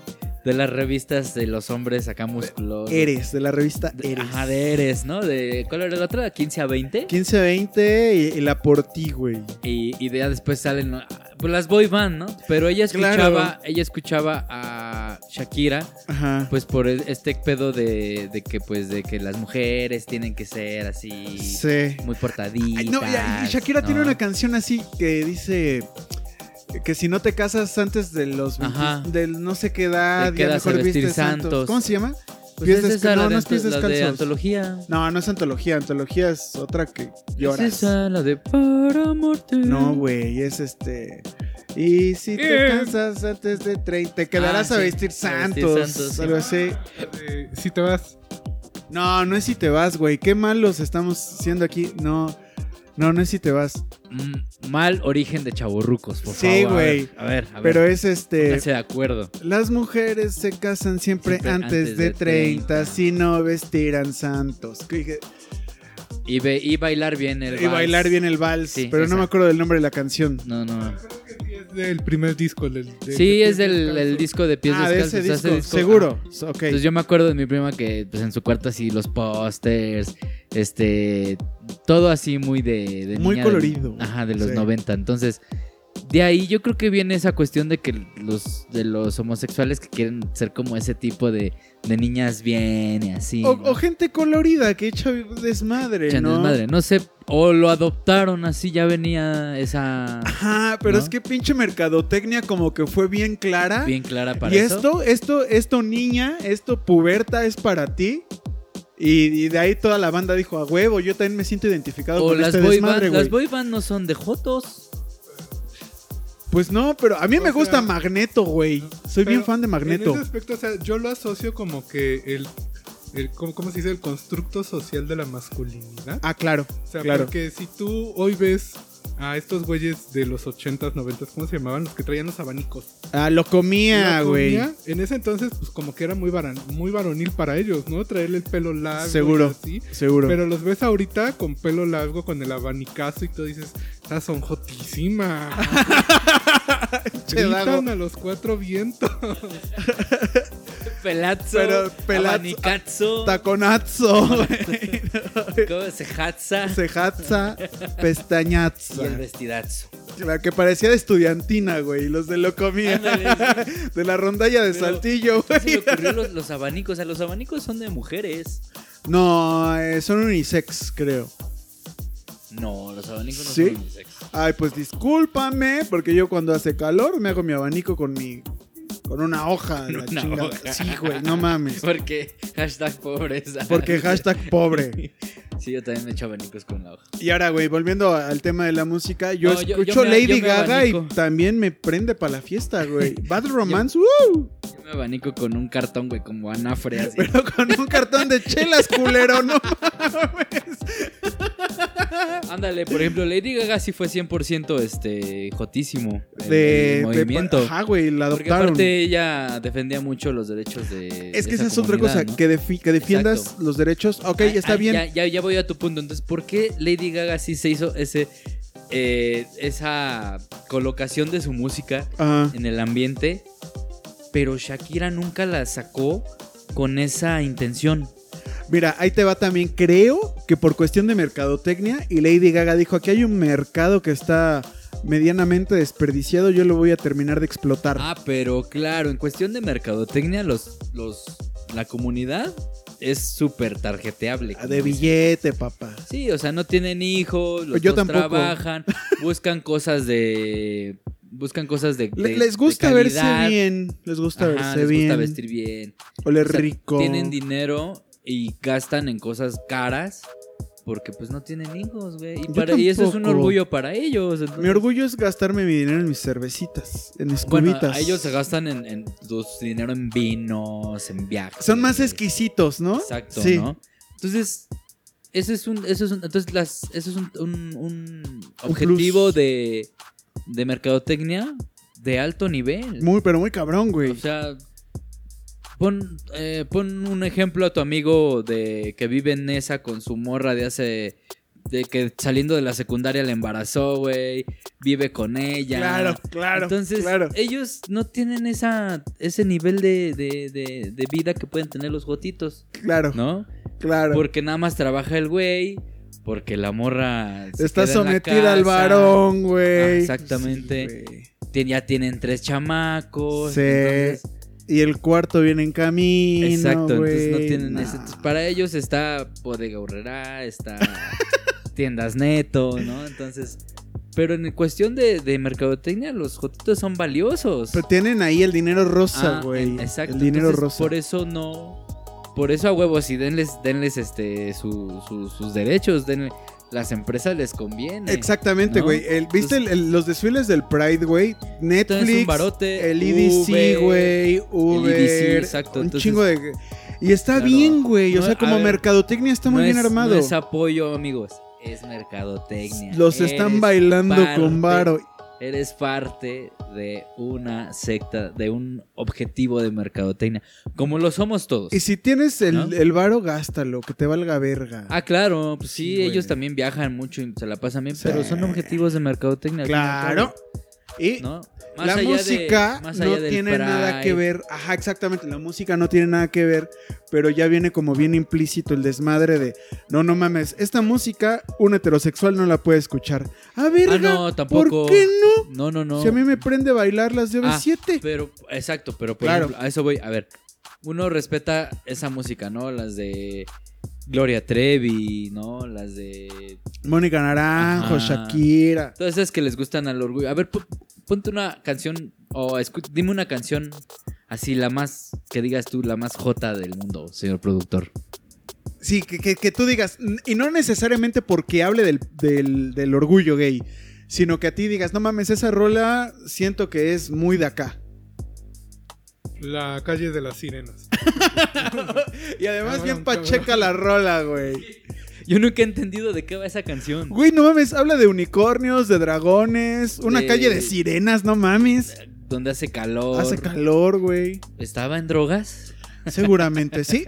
Speaker 1: de las revistas de los hombres acá musculosos.
Speaker 2: Eres, de la revista
Speaker 1: De-
Speaker 2: Eres.
Speaker 1: Ajá, de Eres, ¿no? De, ¿Cuál era la otra? ¿15 a 20?
Speaker 2: 15-20 y, y la por ti, güey.
Speaker 1: Y, y de- ya después salen ah, pues las boy band, ¿no? Pero ella escuchaba,
Speaker 2: Claro.
Speaker 1: ella escuchaba a Shakira,
Speaker 2: Ajá.
Speaker 1: pues por el- este pedo de, de que pues de que las mujeres tienen que ser así
Speaker 2: sí.
Speaker 1: muy portaditas.
Speaker 2: Ay, no, y- y Shakira tiene
Speaker 1: ¿no?
Speaker 2: una canción así que dice que si no te casas antes de los 20
Speaker 1: Ajá.
Speaker 2: del no sé qué
Speaker 1: Te
Speaker 2: edad, ya
Speaker 1: quedas a
Speaker 2: mejor
Speaker 1: vestir
Speaker 2: viste santos.
Speaker 1: santos.
Speaker 2: ¿Cómo se llama?
Speaker 1: Pues es
Speaker 2: Pies desca-
Speaker 1: esa,
Speaker 2: no,
Speaker 1: la,
Speaker 2: no
Speaker 1: de,
Speaker 2: es pies
Speaker 1: anto- la de
Speaker 2: descalzos.
Speaker 1: antología.
Speaker 2: No, no es antología, antología es otra que lloras.
Speaker 1: Es esa, la de para amarte.
Speaker 2: No, güey, es este y si te
Speaker 3: Eh.
Speaker 2: casas antes de 30 te quedarás
Speaker 1: Ah,
Speaker 2: a
Speaker 1: sí,
Speaker 2: vestir
Speaker 1: a vestir
Speaker 2: santos,
Speaker 1: santos, sí.
Speaker 2: algo así.
Speaker 3: Eh, si te vas.
Speaker 2: No, no es si te vas, güey, qué malos estamos siendo aquí. No. No, no es si te vas,
Speaker 1: Mm, Mal origen de chavorrucos, por favor.
Speaker 2: Sí,
Speaker 1: a ver,
Speaker 2: güey.
Speaker 1: A ver, a ver.
Speaker 2: pero es este
Speaker 1: pónganse de acuerdo.
Speaker 2: Las mujeres se casan siempre,
Speaker 1: Siempre
Speaker 2: antes,
Speaker 1: antes
Speaker 2: de
Speaker 1: de
Speaker 2: 30,
Speaker 1: 30.
Speaker 2: si no vestirán santos. Que- que-
Speaker 1: Y, ve, y bailar bien el
Speaker 2: Y
Speaker 1: vals.
Speaker 2: bailar bien el vals,
Speaker 1: Sí,
Speaker 2: pero no
Speaker 1: esa.
Speaker 2: me acuerdo del nombre de la canción.
Speaker 1: No, no.
Speaker 3: Creo que sí es del primer disco. Del, del-
Speaker 1: Sí,
Speaker 3: de
Speaker 1: es del
Speaker 3: Descalzo.
Speaker 1: el disco de pies
Speaker 2: ah, de
Speaker 1: descalzos.
Speaker 2: ese
Speaker 1: o sea, ese
Speaker 2: disco,
Speaker 1: disco-
Speaker 2: seguro.
Speaker 1: Ah.
Speaker 2: Ok.
Speaker 1: Entonces yo me acuerdo de mi prima que pues, en su cuarto así los pósters, este, todo así muy de... de
Speaker 2: Muy
Speaker 1: niña del-
Speaker 2: colorido.
Speaker 1: ajá, de los
Speaker 2: Sí.
Speaker 1: 90. Entonces, de ahí yo creo que viene esa cuestión de que los, de los homosexuales que quieren ser como ese tipo de, de niñas bien y así.
Speaker 2: o,
Speaker 1: ¿no?
Speaker 2: o gente colorida que echa desmadre,
Speaker 1: Echan
Speaker 2: ¿no?
Speaker 1: desmadre. No sé, o lo adoptaron así, ya venía esa...
Speaker 2: Ajá, pero
Speaker 1: ¿No?
Speaker 2: es que pinche mercadotecnia como que fue bien clara.
Speaker 1: Bien clara para
Speaker 2: y
Speaker 1: eso.
Speaker 2: esto, esto, esto niña, esto puberta es para ti. Y, y de ahí toda la banda dijo, a huevo, yo también me siento identificado
Speaker 1: O
Speaker 2: con
Speaker 1: las
Speaker 2: este
Speaker 1: boy,
Speaker 2: desmadre,
Speaker 1: band, las
Speaker 2: güey.
Speaker 1: boy band no son de jotos.
Speaker 2: Pues no, pero a mí
Speaker 3: O
Speaker 2: me
Speaker 3: sea,
Speaker 2: gusta Magneto, güey. Soy
Speaker 3: Pero
Speaker 2: bien fan de Magneto.
Speaker 3: En ese aspecto, o sea, yo lo asocio como que el. el- ¿cómo, cómo se dice? El constructo social de la masculinidad.
Speaker 2: Ah, claro,
Speaker 3: O sea,
Speaker 2: claro.
Speaker 3: porque si tú hoy ves a estos güeyes de los 80s, 90s, ¿cómo se llamaban? Los que traían los abanicos.
Speaker 2: Ah, lo comía,
Speaker 3: La
Speaker 2: güey.
Speaker 3: comida, En ese entonces, pues como que era muy, varan- muy varonil para ellos, ¿no? Traerle el pelo largo. y
Speaker 2: Seguro.
Speaker 3: así.
Speaker 2: Seguro.
Speaker 3: Pero los ves ahorita con pelo largo, con el abanicazo y tú dices, esas son jotísimas.
Speaker 2: (laughs) Che, Dago.
Speaker 3: Gritan a los cuatro vientos.
Speaker 1: Pelazzo, ah,
Speaker 2: Pero pelazzo,
Speaker 1: abanicazo,
Speaker 2: Taconazo, güey.
Speaker 1: ¿cómo se jatza?
Speaker 2: Cejaza,
Speaker 1: y el
Speaker 2: pestañaza.
Speaker 1: vestidazo.
Speaker 2: La que parecía de estudiantina, güey. Los de lo
Speaker 1: (laughs)
Speaker 2: comía.
Speaker 1: Ándale, sí.
Speaker 2: De la rondalla de
Speaker 1: Pero,
Speaker 2: Saltillo,
Speaker 1: ¿Qué se le
Speaker 2: güey.
Speaker 1: ocurrió los, los abanicos? O sea, los abanicos son de mujeres.
Speaker 2: No, eh, son unisex, creo.
Speaker 1: No, los abanicos no
Speaker 2: ¿Sí?
Speaker 1: son unisex.
Speaker 2: Ay, pues discúlpame, porque yo cuando hace calor me hago mi abanico con mi. con una hoja.
Speaker 1: Con
Speaker 2: la
Speaker 1: una
Speaker 2: chingada.
Speaker 1: hoja.
Speaker 2: Sí, güey, no
Speaker 1: (laughs)
Speaker 2: mames.
Speaker 1: Porque hashtag pobreza.
Speaker 2: Porque
Speaker 1: (laughs)
Speaker 2: hashtag pobre.
Speaker 1: Sí, yo también me echo abanicos con la hoja.
Speaker 2: Y ahora, güey, volviendo a- al tema de la música, yo
Speaker 1: No, yo- yo
Speaker 2: escucho
Speaker 1: me-
Speaker 2: Lady
Speaker 1: yo me
Speaker 2: Gaga y
Speaker 1: abanico.
Speaker 2: también me prende para la
Speaker 1: (laughs)
Speaker 2: fiesta, güey. Bad Romance, ¡uh! (laughs)
Speaker 1: Yo me abanico con un cartón, güey, como anafre así.
Speaker 2: Pero con un cartón de chelas, culero, no mames.
Speaker 1: Ándale, por ejemplo, Lady Gaga sí fue 100% este, jotísimo. el-
Speaker 2: De,
Speaker 1: el
Speaker 2: de-
Speaker 1: movimiento.
Speaker 2: ajá, güey, la
Speaker 1: porque
Speaker 2: adoptaron.
Speaker 1: aparte ella defendía mucho los derechos de.
Speaker 2: Es que
Speaker 1: de
Speaker 2: esa es otra cosa,
Speaker 1: comunidad, ¿no?
Speaker 2: que, defi- que defiendas
Speaker 1: Exacto.
Speaker 2: los derechos. Ok,
Speaker 1: Ah,
Speaker 2: está
Speaker 1: ah,
Speaker 2: bien.
Speaker 1: Ya, ya, ya voy a tu punto. Entonces, ¿por qué Lady Gaga sí se hizo ese, eh, esa colocación de su música
Speaker 2: Ajá.
Speaker 1: en el ambiente? Pero Shakira nunca la sacó con esa intención.
Speaker 2: Mira, ahí te va también. Creo que por cuestión de mercadotecnia y Lady Gaga dijo, aquí hay un mercado que está medianamente desperdiciado, yo lo voy a terminar de explotar.
Speaker 1: Ah, pero claro, en cuestión de mercadotecnia, los, los, la comunidad es súper tarjeteable. como
Speaker 2: Ah, de
Speaker 1: dicen.
Speaker 2: billete, papá.
Speaker 1: Sí, o sea, no tienen hijos, los
Speaker 2: Yo
Speaker 1: dos
Speaker 2: tampoco.
Speaker 1: trabajan, buscan cosas de. Buscan cosas de.
Speaker 2: Le-
Speaker 1: de-
Speaker 2: les gusta
Speaker 1: de
Speaker 2: verse
Speaker 1: calidad.
Speaker 2: bien. Les gusta
Speaker 1: Ajá,
Speaker 2: verse
Speaker 1: les
Speaker 2: bien.
Speaker 1: gusta vestir bien.
Speaker 2: Oler
Speaker 1: O sea,
Speaker 2: rico.
Speaker 1: Tienen dinero y gastan en cosas caras porque pues no tienen hijos, güey. Y,
Speaker 2: Yo
Speaker 1: para- y eso es un
Speaker 2: tampoco.
Speaker 1: orgullo para ellos. entonces-
Speaker 2: Mi orgullo es gastarme mi dinero en mis cervecitas, en mis
Speaker 1: Bueno,
Speaker 2: cubitas.
Speaker 1: a ellos se gastan en, en su dinero en vinos, en viajes.
Speaker 2: Son más exquisitos, ¿no?
Speaker 1: Exacto,
Speaker 2: Sí.
Speaker 1: ¿no? Entonces, eso es un, eso es un, entonces las, eso es un, un- un objetivo
Speaker 2: plus.
Speaker 1: de, de mercadotecnia de alto nivel.
Speaker 2: Muy, pero muy cabrón, güey.
Speaker 1: o sea, pon, eh, pon un ejemplo a tu amigo de que vive en esa con su morra de hace. De que saliendo de la secundaria la embarazó, güey. Vive con ella.
Speaker 2: claro, claro.
Speaker 1: Entonces,
Speaker 2: claro.
Speaker 1: ellos no tienen esa, ese nivel de, de- de- de vida que pueden tener los gotitos,
Speaker 2: Claro,
Speaker 1: ¿no?
Speaker 2: claro.
Speaker 1: Porque nada más trabaja el güey, porque la morra se
Speaker 2: Está
Speaker 1: queda en la
Speaker 2: sometida al
Speaker 1: casa,
Speaker 2: varón, güey.
Speaker 1: Ah, exactamente.
Speaker 2: Sí, güey.
Speaker 1: tien- ya tienen tres chamacos.
Speaker 2: Sí.
Speaker 1: entonces-
Speaker 2: y el cuarto viene en camino.
Speaker 1: exacto, entonces no
Speaker 2: güey,
Speaker 1: tienen ese.
Speaker 2: nah.
Speaker 1: entonces para ellos está Bodega Horrera, está (laughs) Tiendas Neto, ¿no? Entonces, pero en cuestión de, de mercadotecnia, los gotitos son valiosos.
Speaker 2: Pero tienen ahí el dinero rosa,
Speaker 1: Ah,
Speaker 2: güey.
Speaker 1: en- Exacto.
Speaker 2: El dinero
Speaker 1: entonces,
Speaker 2: rosa.
Speaker 1: Por eso no. Por eso a huevos, y denles, denles este su- su- sus derechos, denle- las empresas les conviene.
Speaker 2: Exactamente,
Speaker 1: ¿no?
Speaker 2: güey. El- ¿Viste el- el- los desfiles del Pride, güey?
Speaker 1: Entonces,
Speaker 2: Netflix,
Speaker 1: un barote,
Speaker 2: el IDC,
Speaker 1: Uber, E
Speaker 2: güey, Uber,
Speaker 1: exacto,
Speaker 2: un
Speaker 1: entonces-
Speaker 2: chingo de... Y está
Speaker 1: Claro.
Speaker 2: bien, güey. O
Speaker 1: No,
Speaker 2: sea,
Speaker 1: a
Speaker 2: como
Speaker 1: ver,
Speaker 2: mercadotecnia está muy
Speaker 1: No
Speaker 2: bien
Speaker 1: es-
Speaker 2: armado.
Speaker 1: No es apoyo, amigos. Es mercadotecnia.
Speaker 2: los están
Speaker 1: Eres
Speaker 2: bailando
Speaker 1: parte-
Speaker 2: con varo.
Speaker 1: Eres parte de una secta, de un objetivo de mercadotecnia. Como lo somos todos.
Speaker 2: Y si tienes el,
Speaker 1: ¿No?
Speaker 2: el varo, gástalo, que te valga verga.
Speaker 1: Ah, claro, pues sí,
Speaker 2: Sí, güey.
Speaker 1: ellos también viajan mucho y se la pasan bien,
Speaker 2: Sí.
Speaker 1: pero son objetivos de mercadotecnia. al fin y al cabo.
Speaker 2: claro. Y
Speaker 1: ¿no?
Speaker 2: la
Speaker 1: allá de-
Speaker 2: música
Speaker 1: más
Speaker 2: no
Speaker 1: allá del
Speaker 2: tiene nada
Speaker 1: Pride,
Speaker 2: que ver. Ajá, exactamente. La música no tiene nada que ver, pero ya viene como bien implícito el desmadre de no, no mames. Esta música un heterosexual no la puede escuchar. A ver,
Speaker 1: Ah, no, tampoco.
Speaker 2: ¿por qué no?
Speaker 1: No, no, no.
Speaker 2: Si a mí me prende bailar las de
Speaker 1: Ah,
Speaker 2: OV7.
Speaker 1: Pero, exacto, pero por
Speaker 2: Claro.
Speaker 1: ejemplo, a eso voy. A ver, uno respeta esa música, ¿no? Las de Gloria Trevi, ¿no? Las de.
Speaker 2: Mónica Naranjo,
Speaker 1: Ajá.
Speaker 2: Shakira.
Speaker 1: Todas esas que les gustan al orgullo. A ver, pu- ponte una canción o escu- dime una canción así, la más, que digas tú, la más jota del mundo, señor productor.
Speaker 2: Sí, que, que- que tú digas, n- y no necesariamente porque hable del, del- del orgullo gay, sino que a ti digas, no mames, esa rola siento que es muy de acá.
Speaker 3: La calle de las sirenas.
Speaker 2: Y además
Speaker 3: Cabrón,
Speaker 2: bien
Speaker 3: cabrón.
Speaker 2: pacheca la rola, güey.
Speaker 1: Yo nunca he entendido de qué va esa canción.
Speaker 2: Güey, no mames, habla de unicornios, de dragones, una
Speaker 1: De-
Speaker 2: calle de sirenas, no mames.
Speaker 1: Donde hace calor.
Speaker 2: Hace calor, güey.
Speaker 1: ¿Estaba en drogas?
Speaker 2: Seguramente, sí.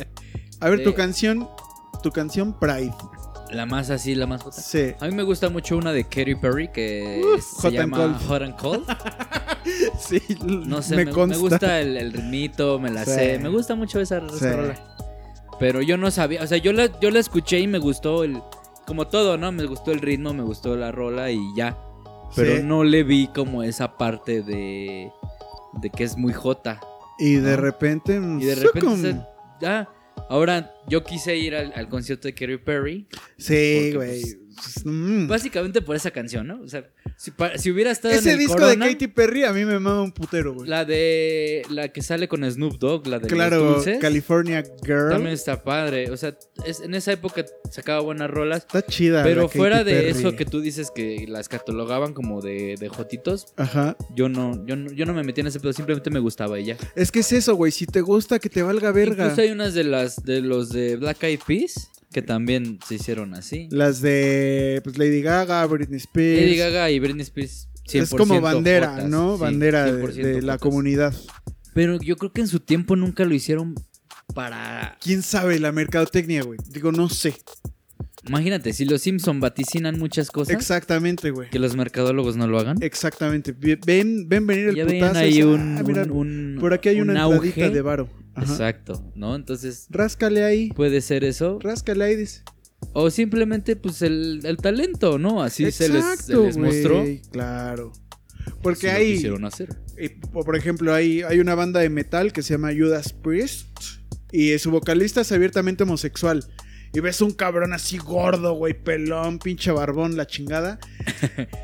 Speaker 2: A ver, tu
Speaker 1: Sí.
Speaker 2: canción, tu canción Pride.
Speaker 1: La más así, la más jota.
Speaker 2: Sí.
Speaker 1: A mí me gusta mucho una de Katy Perry que
Speaker 2: Uf,
Speaker 1: se
Speaker 2: Hot and
Speaker 1: llama
Speaker 2: Cold.
Speaker 1: Hot and Cold.
Speaker 2: Sí,
Speaker 1: No sé,
Speaker 2: me
Speaker 1: me, me
Speaker 2: consta.
Speaker 1: gusta el, el ritmito, me la
Speaker 2: Sí.
Speaker 1: sé. Me gusta mucho esa, esa
Speaker 2: Sí.
Speaker 1: rola. Pero yo no sabía, o sea, yo la, yo la escuché y me gustó el. Como todo, ¿no? Me gustó el ritmo, me gustó la rola y ya. Pero
Speaker 2: Sí.
Speaker 1: no le vi como esa parte de. de que es muy jota.
Speaker 2: Y de repente...
Speaker 1: Y de repente.
Speaker 2: ¡sucum!
Speaker 1: se- ah, ahora yo quise ir al, al concierto de Katy Perry. porque,
Speaker 2: Sí, güey.
Speaker 1: pues,
Speaker 2: Mm.
Speaker 1: Básicamente por esa canción, ¿no? O sea, si, pa- si hubiera estado
Speaker 2: Ese
Speaker 1: en el
Speaker 2: disco
Speaker 1: Corona,
Speaker 2: de Katy Perry a mí me mama un putero, güey.
Speaker 1: La de. La que sale con Snoop Dogg, la de los
Speaker 2: Claro,
Speaker 1: dulces.
Speaker 2: California Girl.
Speaker 1: También está padre. O sea, es- en esa época sacaba buenas rolas.
Speaker 2: Está chida. la
Speaker 1: Pero
Speaker 2: Katy
Speaker 1: fuera de
Speaker 2: Perry.
Speaker 1: eso que tú dices que las catalogaban como de, de jotitos,
Speaker 2: Ajá.
Speaker 1: yo no, yo no, yo no me metí en ese pedo, simplemente me gustaba ella.
Speaker 2: Es que es eso, güey. Si te gusta, que te valga verga.
Speaker 1: Incluso hay unas de las de los de Black Eyed Peas que también se hicieron así.
Speaker 2: Las de pues, Lady Gaga, Britney Spears.
Speaker 1: Lady Gaga y Britney Spears. 100%
Speaker 2: es como bandera,
Speaker 1: jotas,
Speaker 2: ¿no?
Speaker 1: sí,
Speaker 2: bandera de,
Speaker 1: 100%
Speaker 2: de la
Speaker 1: jotas.
Speaker 2: comunidad.
Speaker 1: Pero yo creo que en su tiempo nunca lo hicieron para.
Speaker 2: ¿Quién sabe la mercadotecnia, güey? Digo, no sé.
Speaker 1: Imagínate, si los Simpson vaticinan muchas cosas,
Speaker 2: Exactamente, güey.
Speaker 1: que los mercadólogos no lo hagan.
Speaker 2: Exactamente. Vi- Ven, ven venir el
Speaker 1: ya
Speaker 2: putazo.
Speaker 1: ven ahí
Speaker 2: Ah,
Speaker 1: un,
Speaker 2: mira,
Speaker 1: un- un-
Speaker 2: por aquí hay
Speaker 1: un
Speaker 2: una
Speaker 1: auge.
Speaker 2: entradita de varo. Ajá.
Speaker 1: Exacto, ¿no? Entonces
Speaker 2: Ráscale ahí.
Speaker 1: puede ser eso.
Speaker 2: Ráscale ahí, dice.
Speaker 1: O simplemente, pues, el, el talento, ¿no? Así se les, se les
Speaker 2: güey,
Speaker 1: mostró.
Speaker 2: Claro.
Speaker 1: si
Speaker 2: Porque
Speaker 1: lo
Speaker 2: hay,
Speaker 1: quisieron hacer.
Speaker 2: eh, por ejemplo, hay, hay una banda de metal que se llama Judas Priest y eh, su vocalista es abiertamente homosexual. Y ves un cabrón así gordo, güey, pelón, pinche barbón,
Speaker 1: (laughs)
Speaker 2: la chingada.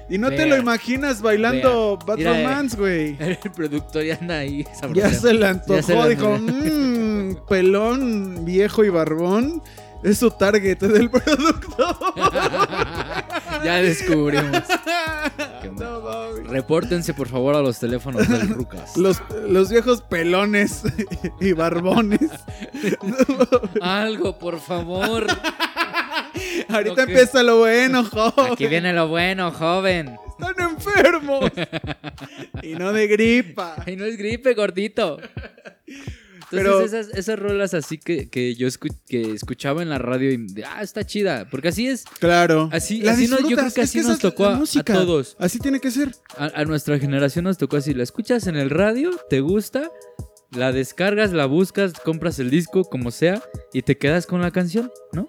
Speaker 2: Y no te lo
Speaker 1: Vea.
Speaker 2: imaginas bailando Bad
Speaker 1: Mira, eh,
Speaker 2: Romance, güey.
Speaker 1: (laughs) El productor ya anda ahí.
Speaker 2: Ya
Speaker 1: sabroseando.
Speaker 2: se le antojó,
Speaker 1: Ya se le-
Speaker 2: dijo, "Mm, pelón, viejo y barbón. Es su target del (laughs) producto.
Speaker 1: (laughs) (laughs) ya descubrimos. Qué
Speaker 2: (laughs) No, mames.
Speaker 1: Repórtense, por favor, a los teléfonos
Speaker 2: (laughs)
Speaker 1: del Rucas.
Speaker 2: Los, los viejos pelones (laughs)
Speaker 1: (laughs)
Speaker 2: y barbones.
Speaker 1: Algo, por favor.
Speaker 2: (laughs) Ahorita
Speaker 1: Ok.
Speaker 2: empieza lo bueno,
Speaker 1: (laughs)
Speaker 2: joven.
Speaker 1: Aquí viene lo bueno, joven. (laughs)
Speaker 2: Están enfermos. y no de gripa.
Speaker 1: Ay, no es gripe, gordito. Entonces,
Speaker 2: Pero-
Speaker 1: esas, esas rolas así que, que yo escu- que escuchaba en la radio y de, ah, está chida. Porque así es,
Speaker 2: Claro.
Speaker 1: Así-
Speaker 2: La
Speaker 1: así nos- yo creo
Speaker 2: disfrutas.
Speaker 1: que así
Speaker 2: esa
Speaker 1: nos
Speaker 2: es la
Speaker 1: tocó a- a
Speaker 2: música.
Speaker 1: todos.
Speaker 2: Así tiene que ser.
Speaker 1: a, a nuestra generación nos tocó así. La escuchas en el radio, te gusta, la descargas, la buscas, compras el disco, como sea, y te quedas con la canción, ¿no?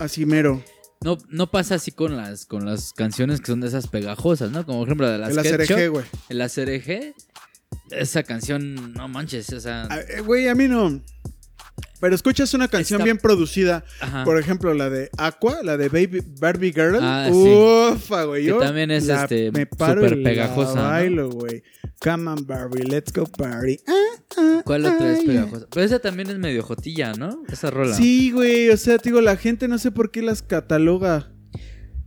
Speaker 2: Así mero.
Speaker 1: No, no pasa así con las, con las canciones que son de esas pegajosas, ¿no? Como por ejemplo la de las
Speaker 2: El acerejé,
Speaker 1: Ketchup,
Speaker 2: güey.
Speaker 1: el Acerejé. Esa canción, no manches, o sea...
Speaker 2: A- eh, Güey, a mí no. Pero escuchas una canción
Speaker 1: Está-
Speaker 2: bien producida.
Speaker 1: ajá.
Speaker 2: Por ejemplo, la de Aqua, la de Baby Barbie Girl.
Speaker 1: Ah, sí.
Speaker 2: Ufa, güey.
Speaker 1: Que
Speaker 2: yo
Speaker 1: también es,
Speaker 2: la-
Speaker 1: este,
Speaker 2: me paro y
Speaker 1: súper
Speaker 2: la
Speaker 1: pegajosa, ¿no?
Speaker 2: Bailo, güey. Come on, Barbie, let's go party. Ah,
Speaker 1: ¿Cuál otra es
Speaker 2: ay,
Speaker 1: pegajosa? Pero esa también es medio jotilla, ¿no? Esa rola.
Speaker 2: Sí, güey. O sea, te digo, la gente no sé por qué las cataloga.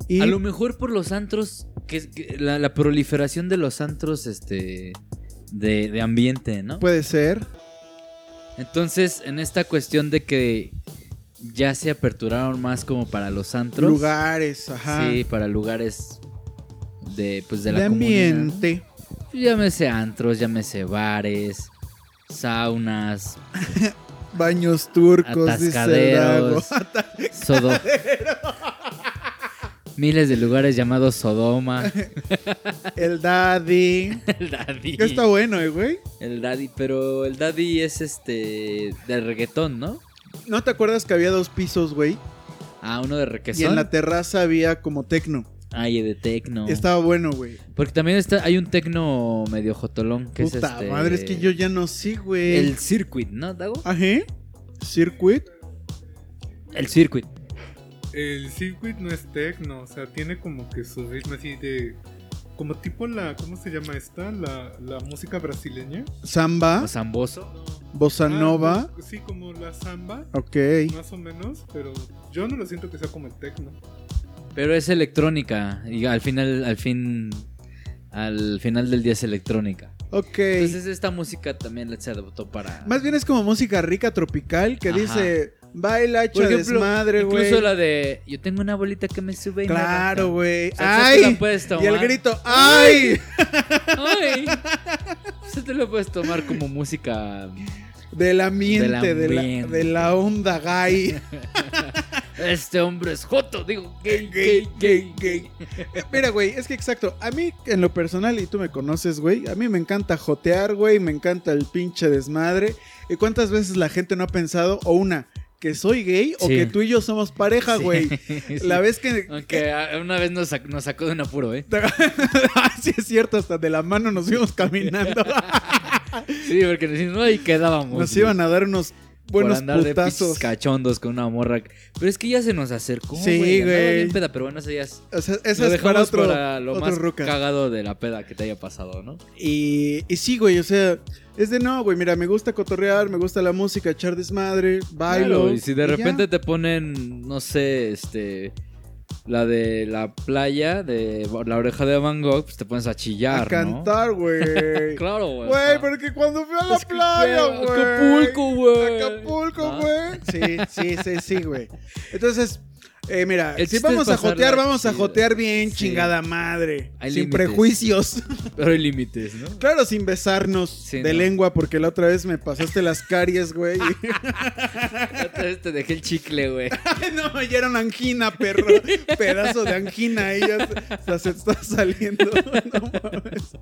Speaker 2: Y
Speaker 1: A lo mejor por los antros, que, que la, la proliferación de los antros, este, de, de ambiente, ¿no?
Speaker 2: puede ser.
Speaker 1: Entonces, en esta cuestión de que ya se aperturaron más como para los antros.
Speaker 2: Lugares, ajá.
Speaker 1: Sí, para lugares de, pues, de
Speaker 2: de,
Speaker 1: la comunidad.
Speaker 2: ambiente.
Speaker 1: ¿no? Llámese antros, llámese bares, saunas,
Speaker 2: Baños turcos, dice el Dago.
Speaker 1: atascaderos,
Speaker 2: (laughs)
Speaker 1: Sodo- Miles de lugares llamados
Speaker 2: (laughs)
Speaker 1: Sodoma.
Speaker 2: El daddy.
Speaker 1: (laughs) El daddy.
Speaker 2: Que está bueno, eh, güey.
Speaker 1: El daddy, pero el daddy es este del reggaetón, ¿no?
Speaker 2: ¿No te acuerdas que había dos pisos, güey?
Speaker 1: Ah, uno de
Speaker 2: Y en
Speaker 1: requesón.
Speaker 2: la terraza había como tecno.
Speaker 1: Ah, y de tecno.
Speaker 2: Estaba bueno, güey.
Speaker 1: Porque también está, hay un tecno medio jotolón que es
Speaker 2: Puta
Speaker 1: este.
Speaker 2: madre, es que yo Ah. ya no sé, güey.
Speaker 1: El circuit, ¿no, Dago?
Speaker 2: Ajá. Circuit.
Speaker 1: El circuit.
Speaker 3: El circuit no es techno, o sea, tiene como que su ritmo así de. Como tipo la. ¿Cómo se llama esta? La, la música brasileña.
Speaker 2: Samba.
Speaker 1: O zamboso.
Speaker 2: Bossa
Speaker 3: Sanova.
Speaker 2: nova.
Speaker 3: pues, sí, como la samba,
Speaker 2: Ok.
Speaker 3: más o menos, pero yo no lo siento que sea como el techno.
Speaker 1: Pero es electrónica. Y al final, al fin. Al final del día es electrónica.
Speaker 2: Ok.
Speaker 1: Entonces esta música también se adoptó para.
Speaker 2: Más bien es como música rica tropical que
Speaker 1: Ajá.
Speaker 2: dice baila, echa
Speaker 1: Por ejemplo,
Speaker 2: desmadre, güey.
Speaker 1: Incluso la de. Yo tengo una bolita que me sube y me
Speaker 2: Claro,
Speaker 1: baja".
Speaker 2: güey.
Speaker 1: O sea, eso te
Speaker 2: ¡Ay!
Speaker 1: la puedes tomar.
Speaker 2: Y el grito, ¡ay! (laughs)
Speaker 1: ¡Ay! Eso te lo puedes tomar como música.
Speaker 2: Del ambiente, de la,
Speaker 1: ambiente.
Speaker 2: de la onda
Speaker 1: (laughs)
Speaker 2: gay.
Speaker 1: Este hombre es Joto, digo, gay,
Speaker 2: Gay,
Speaker 1: gay,
Speaker 2: gay,
Speaker 1: gay,
Speaker 2: gay. Eh, (laughs) Mira, güey, es que exacto. A mí, en lo personal, y tú me conoces, güey, a mí me encanta jotear, güey, me encanta el pinche desmadre. ¿Y cuántas veces la gente no ha pensado, o una, que soy gay o
Speaker 1: Sí.
Speaker 2: que tú y yo somos pareja,
Speaker 1: Sí,
Speaker 2: güey?
Speaker 1: (laughs) sí.
Speaker 2: La vez que... (laughs)
Speaker 1: Aunque ah, una vez nos, sac- nos sacó de un apuro, ¿eh?
Speaker 2: ah, sí es cierto, hasta de
Speaker 1: (laughs)
Speaker 2: la mano nos íbamos caminando.
Speaker 1: Sí, porque nos decimos, no, ahí quedábamos.
Speaker 2: Nos
Speaker 1: güey.
Speaker 2: iban a dar unos
Speaker 1: por
Speaker 2: buenos
Speaker 1: andar de
Speaker 2: putazos.
Speaker 1: pinches cachondos con una morra. Pero es que ya se nos acercó,
Speaker 2: Sí,
Speaker 1: güey. andaba
Speaker 2: güey.
Speaker 1: bien peda, pero bueno, eso ya es.
Speaker 2: O sea,
Speaker 1: lo
Speaker 2: eso es
Speaker 1: dejamos
Speaker 2: para otro,
Speaker 1: lo
Speaker 2: otro
Speaker 1: más
Speaker 2: rucas.
Speaker 1: cagado de la peda que te haya pasado, ¿no?
Speaker 2: Y, y sí, güey, o sea, es de no, güey, mira, me gusta cotorrear, me gusta la música, echar desmadre, bailo.
Speaker 1: Claro, y si de
Speaker 2: pues ya.
Speaker 1: repente te ponen, no sé, este. La de la playa, de la oreja de Van Gogh, pues te pones a
Speaker 2: A
Speaker 1: chillar, ¿no?
Speaker 2: cantar, (laughs) güey.
Speaker 1: Claro, güey. o
Speaker 2: Güey,
Speaker 1: sea,
Speaker 2: porque cuando fui a la
Speaker 1: es que,
Speaker 2: playa,
Speaker 1: güey,
Speaker 2: güey.
Speaker 1: Acapulco, güey.
Speaker 2: Acapulco,
Speaker 1: Ah.
Speaker 2: güey. Sí, sí, sí, sí, güey. Entonces, eh, mira,
Speaker 1: El
Speaker 2: si
Speaker 1: chiste es
Speaker 2: vamos a
Speaker 1: pasarla
Speaker 2: jotear, vamos a
Speaker 1: chido.
Speaker 2: jotear bien,
Speaker 1: Sí.
Speaker 2: chingada madre.
Speaker 1: Hay
Speaker 2: sin
Speaker 1: límites. (laughs)
Speaker 2: prejuicios.
Speaker 1: Pero hay límites,
Speaker 2: (laughs)
Speaker 1: ¿no?
Speaker 2: Claro, sin besarnos
Speaker 1: Sí,
Speaker 2: de
Speaker 1: no.
Speaker 2: lengua, porque la otra vez me pasaste las caries, güey.
Speaker 1: (laughs) Otra vez te dejé el chicle, güey.
Speaker 2: Ay, (laughs) no, ya era una
Speaker 1: (laughs)
Speaker 2: angina, perro. Pedazo de angina ahí ya se- o sea, se está saliendo. (laughs) No mames.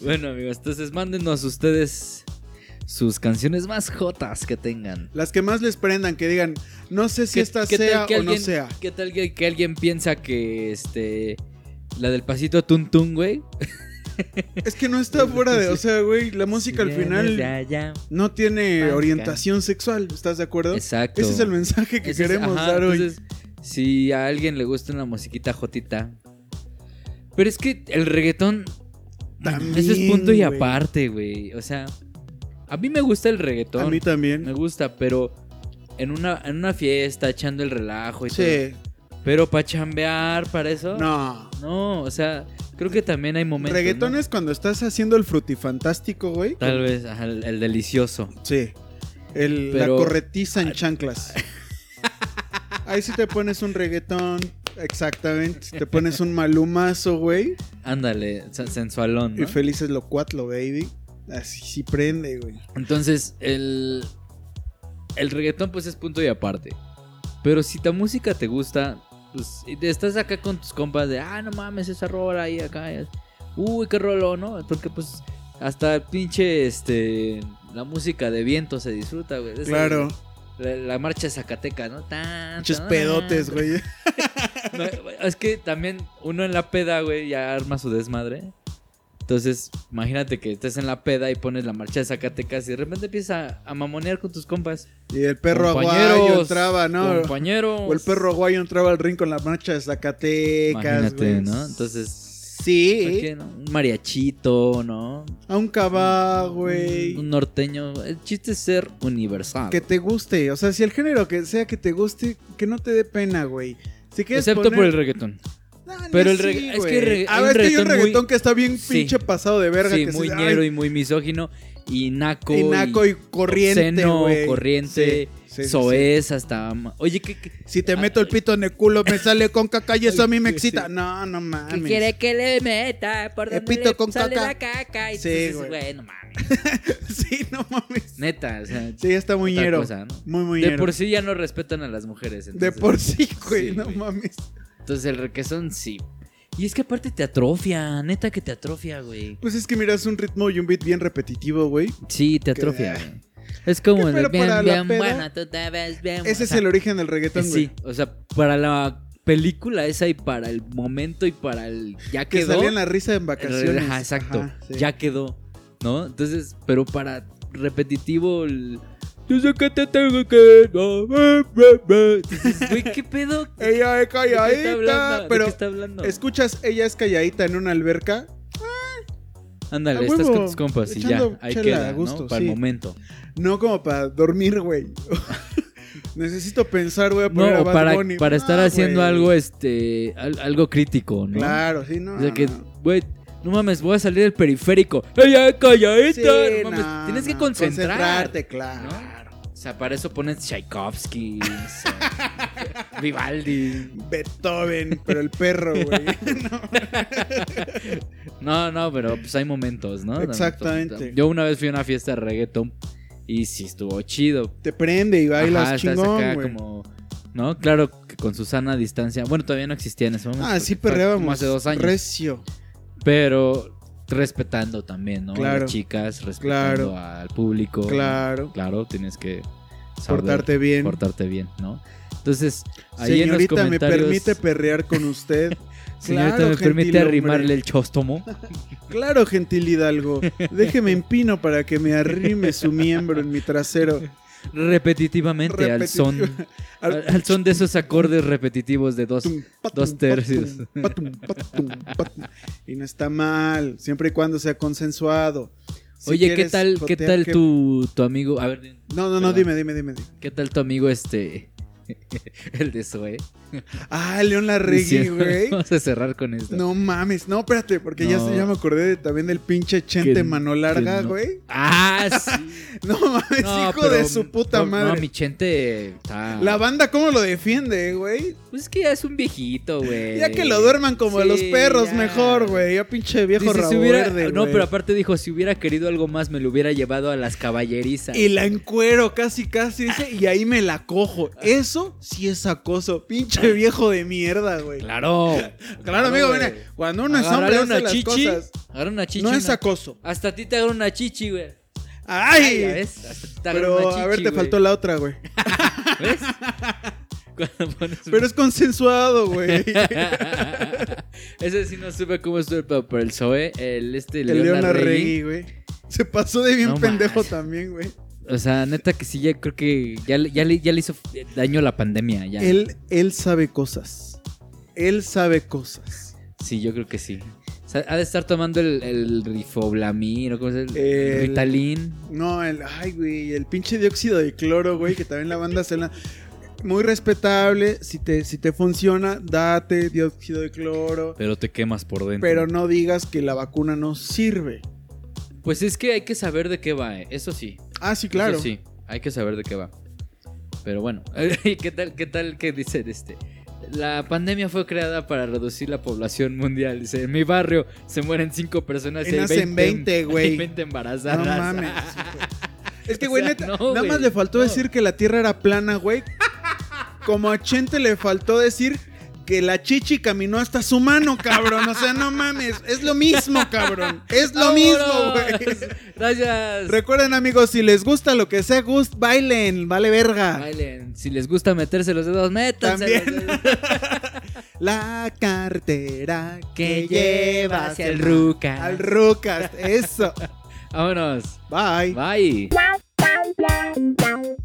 Speaker 1: Bueno, amigos, entonces mándenos ustedes sus canciones más jotas que tengan.
Speaker 2: Las que más les prendan, que digan, no sé si
Speaker 1: ¿Qué-
Speaker 2: esta
Speaker 1: qué tal
Speaker 2: sea
Speaker 1: que
Speaker 2: o
Speaker 1: alguien-
Speaker 2: no sea.
Speaker 1: ¿Qué tal que, que alguien piensa que este la del pasito Tun Tun, güey?
Speaker 2: Es que no está fuera de, o sea, güey, la música al
Speaker 1: Sí,
Speaker 2: final
Speaker 1: ya, ya.
Speaker 2: no tiene
Speaker 1: Banca.
Speaker 2: orientación sexual, ¿estás de acuerdo?
Speaker 1: Exacto.
Speaker 2: Ese es el mensaje que
Speaker 1: Ese es-
Speaker 2: queremos
Speaker 1: ajá,
Speaker 2: dar hoy.
Speaker 1: entonces, si a alguien le gusta una musiquita jotita. Pero es que el reggaetón
Speaker 2: También,
Speaker 1: ese es punto y
Speaker 2: güey.
Speaker 1: aparte, güey. O sea, a mí me gusta el reggaetón.
Speaker 2: A mí
Speaker 1: Me
Speaker 2: también.
Speaker 1: gusta, pero en una, en una fiesta, echando el relajo y todo.
Speaker 2: Sí,
Speaker 1: Pero para chambear, para eso.
Speaker 2: no.
Speaker 1: No, o sea, creo que también hay momentos.
Speaker 2: Reggaetón
Speaker 1: ¿no?
Speaker 2: es cuando estás haciendo el frutifantástico, güey.
Speaker 1: Tal vez, ajá, el, el delicioso.
Speaker 2: Sí. El-
Speaker 1: Pero-
Speaker 2: La corretiza
Speaker 1: (laughs)
Speaker 2: en chanclas. Ahí sí te pones un reggaetón. Exactamente.
Speaker 1: (laughs)
Speaker 2: Te pones un malumazo, güey.
Speaker 1: Ándale, sen- sensualón. ¿no?
Speaker 2: Y felices lo cuatlo, baby. Así sí prende, güey.
Speaker 1: Entonces, el. El reggaetón, pues es punto y aparte. Pero si tu música te gusta, pues y te- estás acá con tus compas de, ah, no mames, esa rola ahí acá. y- Uy, qué rollo, ¿no? Porque, pues, hasta el pinche, este. La música de viento se disfruta, güey. Esa-
Speaker 2: Claro.
Speaker 1: La, la marcha Zacateca, ¿no? Tan,
Speaker 2: Muchos
Speaker 1: tan,
Speaker 2: pedotes, güey.
Speaker 1: No, es que también uno en la peda, güey, ya arma su desmadre. Entonces, imagínate que estés en la peda y pones la marcha de Zacatecas y de repente empiezas a, a mamonear con tus compas.
Speaker 2: Y el perro aguayo
Speaker 1: Compañeros,
Speaker 2: entraba, ¿no?
Speaker 1: Compañeros.
Speaker 2: O el perro aguayo entraba al ring con la marcha de Zacatecas,
Speaker 1: Imagínate,
Speaker 2: güey.
Speaker 1: ¿no? Entonces, ¿por
Speaker 2: Sí.
Speaker 1: qué no? Un mariachito, ¿no?
Speaker 2: A un cabá, Ah, güey.
Speaker 1: Un norteño. El chiste es ser universal.
Speaker 2: Que te guste. O sea, si el género que sea que te guste, que no te dé pena, güey. Si quieres
Speaker 1: Excepto
Speaker 2: poner-
Speaker 1: por el reggaetón.
Speaker 2: Ah, no,
Speaker 1: Pero el
Speaker 2: sí,
Speaker 1: regga- es que
Speaker 2: güey.
Speaker 1: regga-
Speaker 2: A
Speaker 1: hay
Speaker 2: ver,
Speaker 1: un
Speaker 2: es que hay
Speaker 1: reggaetón
Speaker 2: un
Speaker 1: muy-
Speaker 2: reggaetón que está bien
Speaker 1: Sí.
Speaker 2: pinche pasado de verga.
Speaker 1: sí,
Speaker 2: que
Speaker 1: muy
Speaker 2: se-
Speaker 1: ñero
Speaker 2: ay,
Speaker 1: y muy misógino. Y naco.
Speaker 2: y naco y corriente,
Speaker 1: obsceno,
Speaker 2: güey.
Speaker 1: corriente,
Speaker 2: Sí, sí, sí,
Speaker 1: soez hasta... ma- Oye, ¿qué, qué-
Speaker 2: sí. Si te meto el pito en el culo, me sale con caca y eso a mí me excita. No, no
Speaker 1: ¿Qué
Speaker 2: mames.
Speaker 1: quiere que le meta? Por
Speaker 2: Eh,
Speaker 1: donde
Speaker 2: pito
Speaker 1: le
Speaker 2: Ah, con
Speaker 1: sale
Speaker 2: caca.
Speaker 1: la caca. Y
Speaker 2: Sí,
Speaker 1: sí, dices,
Speaker 2: güey.
Speaker 1: güey, no mames.
Speaker 2: (laughs) Sí, no mames.
Speaker 1: Neta, o sea,
Speaker 2: Sí, está muy
Speaker 1: otra
Speaker 2: ñero.
Speaker 1: cosa, ¿no?
Speaker 2: Muy, muy
Speaker 1: De
Speaker 2: ñero.
Speaker 1: por sí ya no respetan a las mujeres.
Speaker 2: De
Speaker 1: Entonces,
Speaker 2: por sí, güey.
Speaker 1: Sí,
Speaker 2: no
Speaker 1: güey.
Speaker 2: mames.
Speaker 1: entonces el requesón sí. Y es que aparte te atrofia, neta que te atrofia, güey.
Speaker 2: Pues es que mira, es un ritmo y un beat bien repetitivo, güey.
Speaker 1: Sí, te
Speaker 2: Que-
Speaker 1: atrofia. güey. Es como
Speaker 2: Que
Speaker 1: el
Speaker 2: pero
Speaker 1: bien,
Speaker 2: para la
Speaker 1: bien,
Speaker 2: peda,
Speaker 1: bueno, tú te ves bien.
Speaker 2: Ese
Speaker 1: o
Speaker 2: es
Speaker 1: sea,
Speaker 2: el origen del reggaetón, güey.
Speaker 1: Sí, o sea, para la película esa y para el momento y para el ya
Speaker 2: Que
Speaker 1: quedó.
Speaker 2: salía en la risa en vacaciones.
Speaker 1: Ajá, exacto.
Speaker 2: Ajá, sí.
Speaker 1: Ya quedó, ¿no? Entonces, pero para repetitivo el... Yo sé que te tengo que... no, eh, eh, eh. Dices, Güey, ¿qué pedo?
Speaker 2: Ella
Speaker 1: ¿De qué está
Speaker 2: es calladita,
Speaker 1: hablando?
Speaker 2: pero
Speaker 1: ¿De qué está hablando?
Speaker 2: escuchas, ella es calladita en una alberca.
Speaker 1: Ándale,
Speaker 2: a
Speaker 1: estás
Speaker 2: huevo,
Speaker 1: con tus compas y ya,
Speaker 2: echando
Speaker 1: ahí
Speaker 2: chela
Speaker 1: queda,
Speaker 2: a gusto,
Speaker 1: ¿no? Para
Speaker 2: sí.
Speaker 1: el momento.
Speaker 2: No como para dormir, güey.
Speaker 1: (laughs)
Speaker 2: Necesito pensar, voy a poner a
Speaker 1: No,
Speaker 2: Bad
Speaker 1: para,
Speaker 2: Bunny.
Speaker 1: para estar
Speaker 2: Ah,
Speaker 1: haciendo
Speaker 2: güey.
Speaker 1: algo, este, al- algo crítico, ¿no?
Speaker 2: Claro, sí, no.
Speaker 1: O sea que,
Speaker 2: no, no.
Speaker 1: güey, no mames, voy a salir del periférico. ¡Ella es calladita!
Speaker 2: Sí,
Speaker 1: no mames,
Speaker 2: no,
Speaker 1: tienes que
Speaker 2: no,
Speaker 1: concentrar.
Speaker 2: Concentrarte, Ah, claro.
Speaker 1: O sea, para eso pones Tchaikovsky, o sea,
Speaker 2: (laughs)
Speaker 1: Vivaldi.
Speaker 2: Beethoven, pero el perro, güey.
Speaker 1: No, no, pero pues hay momentos, ¿no?
Speaker 2: Exactamente.
Speaker 1: Yo una vez fui a una fiesta de reggaeton y sí estuvo chido.
Speaker 2: Te prende y bailas
Speaker 1: Ajá, estás
Speaker 2: chingón,
Speaker 1: acá
Speaker 2: güey.
Speaker 1: como, ¿no? Claro, que con Susana a distancia. Bueno, todavía no existía en ese momento.
Speaker 2: Ah,
Speaker 1: porque
Speaker 2: sí,
Speaker 1: fue
Speaker 2: perreábamos.
Speaker 1: Como hace dos años.
Speaker 2: Recio.
Speaker 1: Pero respetando también, ¿no? A
Speaker 2: Claro.
Speaker 1: las chicas, respetando al público.
Speaker 2: Claro.
Speaker 1: Claro, tienes que saber
Speaker 2: Portarte bien.
Speaker 1: portarte bien, ¿no? Entonces, ahí en los
Speaker 2: Señorita, ¿me
Speaker 1: comentarios...
Speaker 2: permite perrear con usted?
Speaker 1: (laughs) Señorita,
Speaker 2: Claro,
Speaker 1: ¿me permite
Speaker 2: gentilhombre.
Speaker 1: arrimarle el chóstomo?
Speaker 2: Claro, gentil Hidalgo. Déjeme en pino para que me arrime su miembro en mi trasero.
Speaker 1: repetitivamente al son al, al son de esos acordes repetitivos de dos.
Speaker 2: Tum, patum,
Speaker 1: Dos tercios.
Speaker 2: patum, patum, patum, patum. Y no está mal, siempre y cuando sea consensuado. Si
Speaker 1: Oye, ¿qué
Speaker 2: quieres
Speaker 1: tal qué
Speaker 2: jotear,
Speaker 1: tal
Speaker 2: que-
Speaker 1: tu, tu amigo? A ver,
Speaker 2: No, no,
Speaker 1: Perdón.
Speaker 2: no, dime, dime, dime. dime.
Speaker 1: ¿qué tal tu amigo este (laughs) el de Zoe?
Speaker 2: Ah, León Larregui,
Speaker 1: Diciendo-
Speaker 2: güey.
Speaker 1: (laughs) Vamos a cerrar con esto.
Speaker 2: No mames, no, espérate, porque ya,
Speaker 1: No.
Speaker 2: se- ya me acordé de- también del pinche Chente
Speaker 1: Que-
Speaker 2: Mano Larga,
Speaker 1: que no.
Speaker 2: güey.
Speaker 1: Ah,
Speaker 2: (laughs)
Speaker 1: sí.
Speaker 2: No mames,
Speaker 1: No,
Speaker 2: hijo
Speaker 1: pero-
Speaker 2: de su puta
Speaker 1: no,
Speaker 2: madre.
Speaker 1: No, mi chente está.
Speaker 2: La banda, ¿cómo lo defiende, güey?
Speaker 1: Pues es que ya es un viejito, güey.
Speaker 2: Ya que lo duerman como a
Speaker 1: Sí,
Speaker 2: los perros,
Speaker 1: ya.
Speaker 2: mejor, güey. Ya pinche viejo
Speaker 1: Dice,
Speaker 2: rabo
Speaker 1: si hubiera-
Speaker 2: verde,
Speaker 1: no,
Speaker 2: güey.
Speaker 1: pero aparte dijo, si hubiera querido algo más, me lo hubiera llevado a las caballerizas.
Speaker 2: Y la encuero casi, casi, dice, y ahí me la cojo. Eso sí es acoso, pinche viejo de mierda, güey. (laughs) Claro,
Speaker 1: Claro.
Speaker 2: amigo,
Speaker 1: güey.
Speaker 2: mira, cuando uno es
Speaker 1: Agarrar
Speaker 2: hombre hace
Speaker 1: una
Speaker 2: las
Speaker 1: chichi.
Speaker 2: cosas,
Speaker 1: agarrar una chichi.
Speaker 2: no es
Speaker 1: una-
Speaker 2: acoso.
Speaker 1: Hasta a ti te agarra una chichi, güey.
Speaker 2: ¡Ay!
Speaker 1: ya ves. Hasta a ti te agarra
Speaker 2: pero,
Speaker 1: una chichi,
Speaker 2: a ver, te
Speaker 1: güey. (laughs)
Speaker 2: faltó la otra, güey.
Speaker 1: ¿Ves? Cuando pones un- (laughs)
Speaker 2: (laughs) Pero es consensuado, güey.
Speaker 1: Ese sí no supe cómo estuvo el pedo, pero el Zoe, el este,
Speaker 2: El León
Speaker 1: Leona
Speaker 2: Arregui, güey. Se pasó de bien
Speaker 1: No
Speaker 2: pendejo
Speaker 1: más.
Speaker 2: también, güey.
Speaker 1: O sea, neta que sí, ya creo que ya, le- ya, le- ya le hizo daño la pandemia. Ya.
Speaker 2: Él, él sabe cosas. Él sabe cosas.
Speaker 1: Sí, yo creo que sí. O sea, ha de estar tomando el, el rifoblamín o cómo se llama.
Speaker 2: El-
Speaker 1: El Ritalin.
Speaker 2: No, el, ay, güey, el pinche dióxido de cloro, güey, que también la banda se la... Muy respetable, si te, si te funciona, date dióxido de cloro,
Speaker 1: Pero te quemas por dentro.
Speaker 2: pero no digas que la vacuna no sirve.
Speaker 1: Pues es que hay que saber de qué va, eh, eso sí.
Speaker 2: Ah, sí, claro.
Speaker 1: Eso sí, hay que saber de qué va. Pero bueno, (laughs) ¿qué tal, qué tal que dice este? La pandemia fue creada para reducir la población mundial. Dice, en mi barrio se mueren cinco personas
Speaker 2: Y
Speaker 1: y hay
Speaker 2: nacen 20,
Speaker 1: em- (laughs)
Speaker 2: güey.
Speaker 1: hay 20
Speaker 2: No
Speaker 1: embarazadas. (laughs)
Speaker 2: mames. güey. Es que, güey,
Speaker 1: O sea,
Speaker 2: neta,
Speaker 1: no,
Speaker 2: nada
Speaker 1: güey,
Speaker 2: más le faltó
Speaker 1: no.
Speaker 2: decir que la tierra era plana, güey. Como a Chente le faltó decir que la chichi caminó hasta su mano, cabrón. O sea, no mames. Es lo mismo, cabrón. Es lo mismo, güey.
Speaker 1: ¡Vámonos! Gracias.
Speaker 2: Recuerden, amigos, si les gusta lo que sea gust, bailen, vale verga.
Speaker 1: Bailen. Si les gusta meterse los dedos, ¿eh? métanse.
Speaker 2: También. (laughs) La cartera
Speaker 1: que
Speaker 2: que lleva
Speaker 1: llevas el ruca.
Speaker 2: Al Rucas, eso.
Speaker 1: Vámonos.
Speaker 2: Bye.
Speaker 1: Bye.
Speaker 4: Bye.